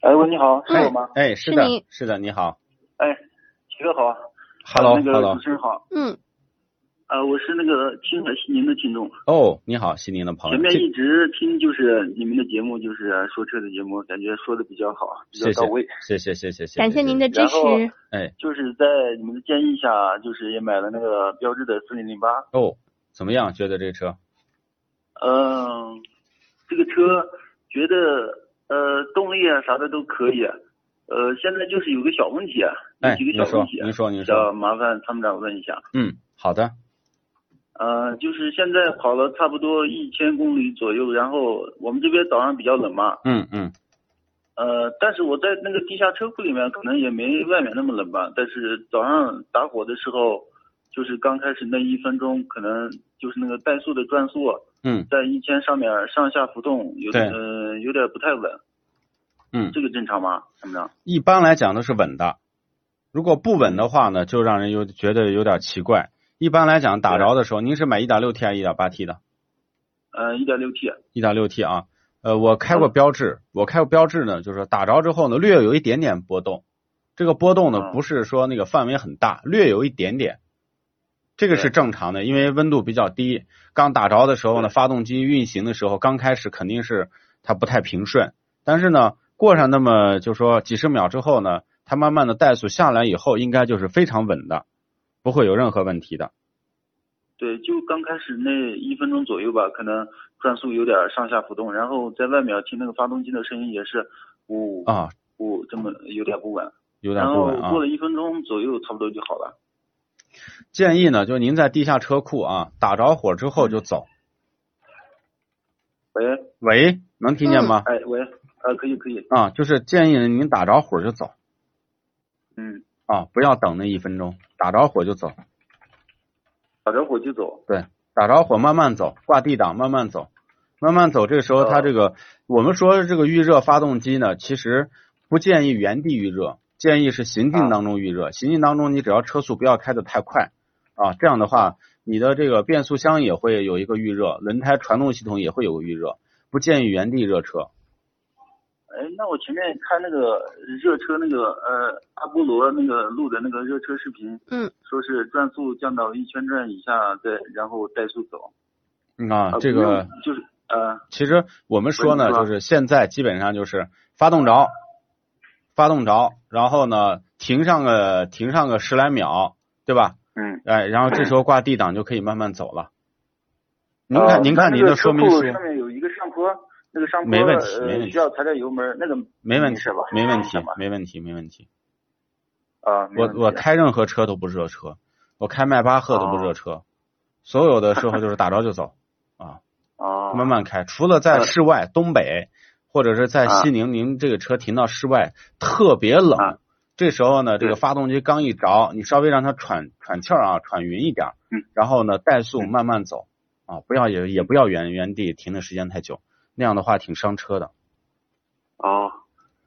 哎，喂，你好，是我吗？哎，是是的你，是的，你好哎，齐哥好呃那个，Hello，Hello，主持人好，嗯，呃，我是那个青海西宁的听众，哦，你好，西宁的朋前友，面这一直听就是你们的节目，就是说车的节目，感觉说的比较好，比较谢谢到位。谢谢谢谢谢谢，感谢您的支然后持。哎就是在你们的建议下，就是也买了那个标致的四零零八，哦，怎么样？觉得这车嗯，这个车觉得呃动力啊啥的都可以，呃，现在就是有个小问题啊，有哎几个您小问说题啊，您说您想说麻烦参谋长问一下。嗯，好的，呃，就是现在跑了差不多一千公里左右，然后我们这边早上比较冷嘛，嗯嗯呃，但是我在那个地下车库里面，可能也没外面那么冷吧，但是早上打火的时候，就是刚开始那一分钟，可能就是那个怠速的转速啊嗯在一千上面上下浮动，有对呃有点不太稳，嗯，这个正常吗？参谋长？一般来讲都是稳的，如果不稳的话呢，就让人有觉得有点奇怪。一般来讲，打着的时候，您是买一点六 T 还是一点八 T 的？呃，一点六 T，一点六 T 啊，呃，我开嗯过标致，我开过标致呢，就是打着之后呢，略有一点点波动，这个波动呢嗯不是说那个范围很大，略有一点点，这个是对正常的，因为温度比较低，刚打着的时候对呢，发动机运行的时候，刚开始肯定是它不太平顺，但是呢，过上那么就说几十秒之后呢，它慢慢的怠速下来以后，应该就是非常稳的，不会有任何问题的。对，就刚开始那一分钟左右吧，可能转速有点上下浮动，然后在外面听那个发动机的声音也是呜啊，呜，这么有点不稳。有点然不后稳啊。过了一分钟左右，差不多就好了。建议呢，就是您在地下车库啊，打着火之后就走。喂，喂，能听见吗？哎喂，啊，可以可以，啊，就是建议您打着火就走嗯，啊，不要等那一分钟，打着火就走，打着火就走。打着火慢慢走，挂 D 档慢慢走，慢慢走。这个时候它这个，我们说这个预热发动机呢，其实不建议原地预热，建议是行进当中预热。行进当中你只要车速不要开得太快啊，这样的话你的这个变速箱也会有一个预热，轮胎传动系统也会有个预热，不建议原地热车。哎，那我前面看那个热车那个呃阿波罗那个录的那个热车视频，嗯，说是转速降到一千转以下，再然后怠速走。嗯啊，啊这不用个就是呃其实我们说呢，不是就是现在基本上就是发动着，发动着，然后呢停上个停上个十来秒，对吧？嗯。哎，然后这时候挂 D 档就可以慢慢走了。您哦看，您看那您个的说明车库书，上面有一个上坡，那个上坡没问题没问呃题需要踩点油门，那个没问题是吧？，没问题是吧，没问题，没问题。啊，哦没我问题我开任何车都不热车，我开迈巴赫都不热车，所有的时候就是打着就走啊。哦，慢慢开。除了在嗯室外，东北或者是在啊西宁，您这个车停到室外特别啊嗯冷，这时候呢，这对个发动机刚一着，你稍微让它喘喘气儿啊，喘匀一点儿嗯，然后呢，怠速嗯慢慢走啊，不要也也不要原原地停的时间太久，那样的话挺伤车的。哦，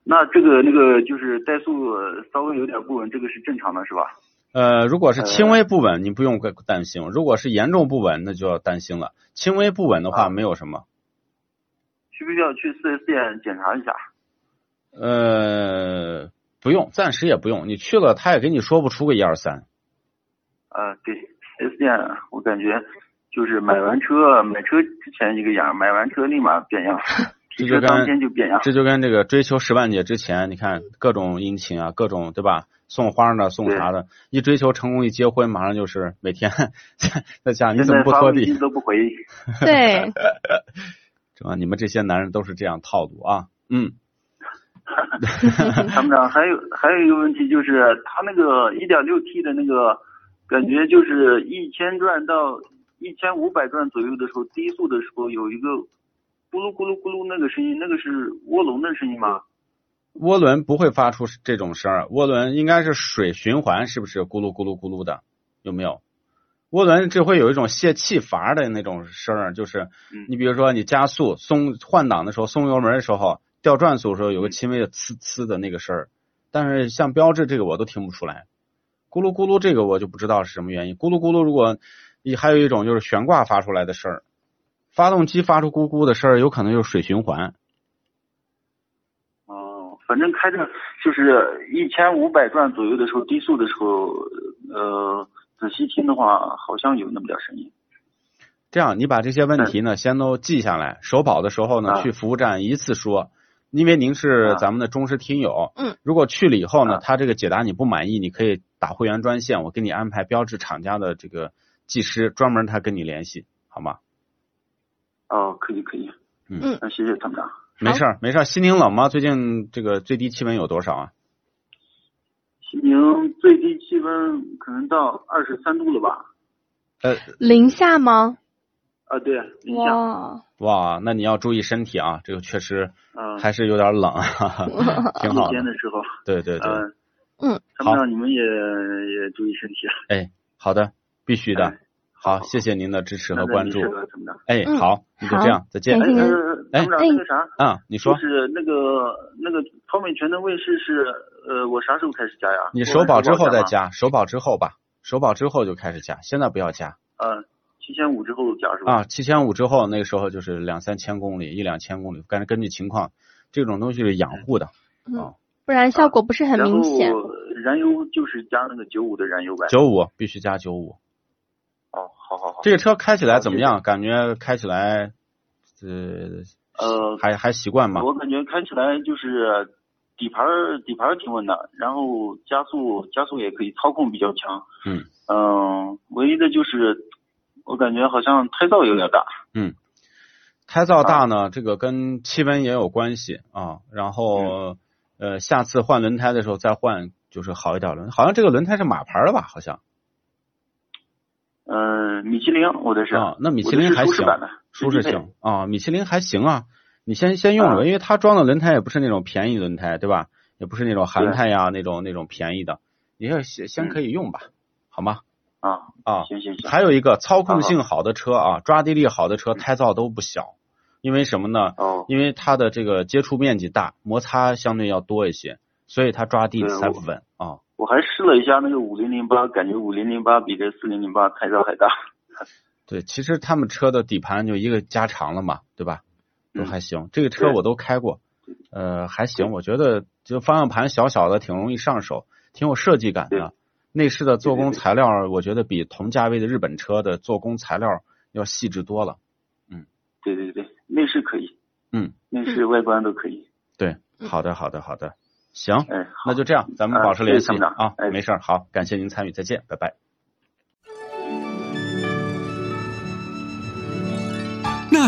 那这个那个就是怠速呃稍微有点不稳，这个是正常的，是吧？呃，如果是呃轻微不稳，你不用担心；如果是严重不稳，那就要担心了。轻微不稳的话，啊没有什么。需不需要去四 S 店检查一下？呃，不用，暂时也不用。你去了，他也给你说不出个一二三。呃，对，四 S 店我感觉就是买完车买车之前一个样，买完车立马变 样，这提就车跟当天就变样。这就跟这个追求十万姐之前，你嗯看各种殷勤啊，各种对吧？送花呢，送啥的，一追求成功，一结婚，马上就是每天 在在家你现怎在么不发拖微信地？都不回， 对，是吧？你们这些男人都是这样套路啊。嗯，参谋长，还有还有一个问题就是，它那个一点六 T 的那个，感觉就是一千转到一千五百转左右的时候，低速的时候有一个咕噜咕噜咕噜那个声音，那个是涡轮的声音吗？涡轮不会发出这种声儿，涡轮应该是水循环，是不是咕噜咕噜咕噜的？有没有？涡轮这会有一种泄气阀的那种声儿，就是你比如说你加速松换挡的时候，松油门的时候，掉转速的时候有个轻微的呲呲的那个声儿，但是像标志这个我都听不出来。咕噜咕噜这个我就不知道是什么原因。咕噜咕噜，如果一还有一种就是悬挂发出来的声儿，发动机发出咕咕的声儿，有可能就是水循环。哦，反正开着就是一千五百转左右的时候，低速的时候，呃，仔细听的话，好像有那么点声音。这样，你把这些问题呢，先都记下来。首保的时候呢，嗯啊去服务站一次说，因为您是啊咱们的忠实听友。嗯。如果去了以后呢啊，他这个解答你不满意，你可以打会员专线，我给你安排标志厂家的这个技师，专门他跟你联系，好吗？哦，可以可以，嗯那谢谢团长。没事儿，没事儿。西宁冷吗？最近这个最低气温有多少啊？西宁最低气温可能到二十三度了吧？呃，零下吗？啊，对，零下，哇，哇，那你要注意身体啊，这个确实嗯、还是有点冷，哈哈，挺好阴天的。的时候，对对对，嗯嗯，他好们让你们也也注意身体啊。哎，好的，必须的哎。好，谢谢您的支持和那咱关没注事。了团长。哎，嗯好，那就好这样，再见感哎，谢。您呃，团长哎那个啥，啊，你就说是那个那个超美泉的卫视是呃，我啥时候开始加呀？你我首保之后再吗。加，首保之后吧，首保之后就开始加，现在不要加嗯，七千五之后加是吧？啊。七千五之后，那个时候就是两三千公里，一两千公里，根根据情况，这种东西是养护的。嗯，不然效果不是很然明后显。燃油就是加那个九五的燃油呗。九五必须加九五，哦，好好好。这个车开起来怎么好样？感觉开起来，呃，呃，还还习惯吗？我感觉开起来就是底盘儿底盘儿挺稳的，然后加速加速也可以，操控比较强。嗯嗯、唯一的就是我感觉好像胎噪有点大。胎噪啊大呢，这个跟气温也有关系啊。然嗯后呃，下次换轮胎的时候再换就是好一点轮，好像这个轮胎是马牌的吧？好像。呃，米其林我的是。啊，那米我其的林是还舒适行版的，舒适低配性啊，米其林还行啊。你先先用着吧，啊因为它装的轮胎也不是那种便宜轮胎，对吧？也不是那种韩对泰呀那种那种便宜的，你要先先嗯可以用吧，好吗？啊。啊，行行行。还有一个操控好好嗯性好的车啊，抓地力好的车，胎噪都不小，因为什么呢？哦，因为它的这个接触面积大，摩擦相对要多一些，所以它抓地对才我稳啊。我还试了一下那个五零零八，感觉五零零八比这四零零八胎噪还大。对，其实他们车的底盘就一个加长了嘛，对吧？都嗯还行，这个车对我都开过，呃，还行，我觉得就方向盘小小的，挺容易上手，挺有设计感对。的内饰的做对对工对材料，我觉得比同价位的日本车的做工材料要细致多了。对对对，内饰可以，嗯，内饰外观都可以。对，嗯好的，好的，好的，行，哎，好那就这样，咱们啊保持谢谢联系参谋长啊，哎没事儿，好，感谢您参与，再见，拜拜。那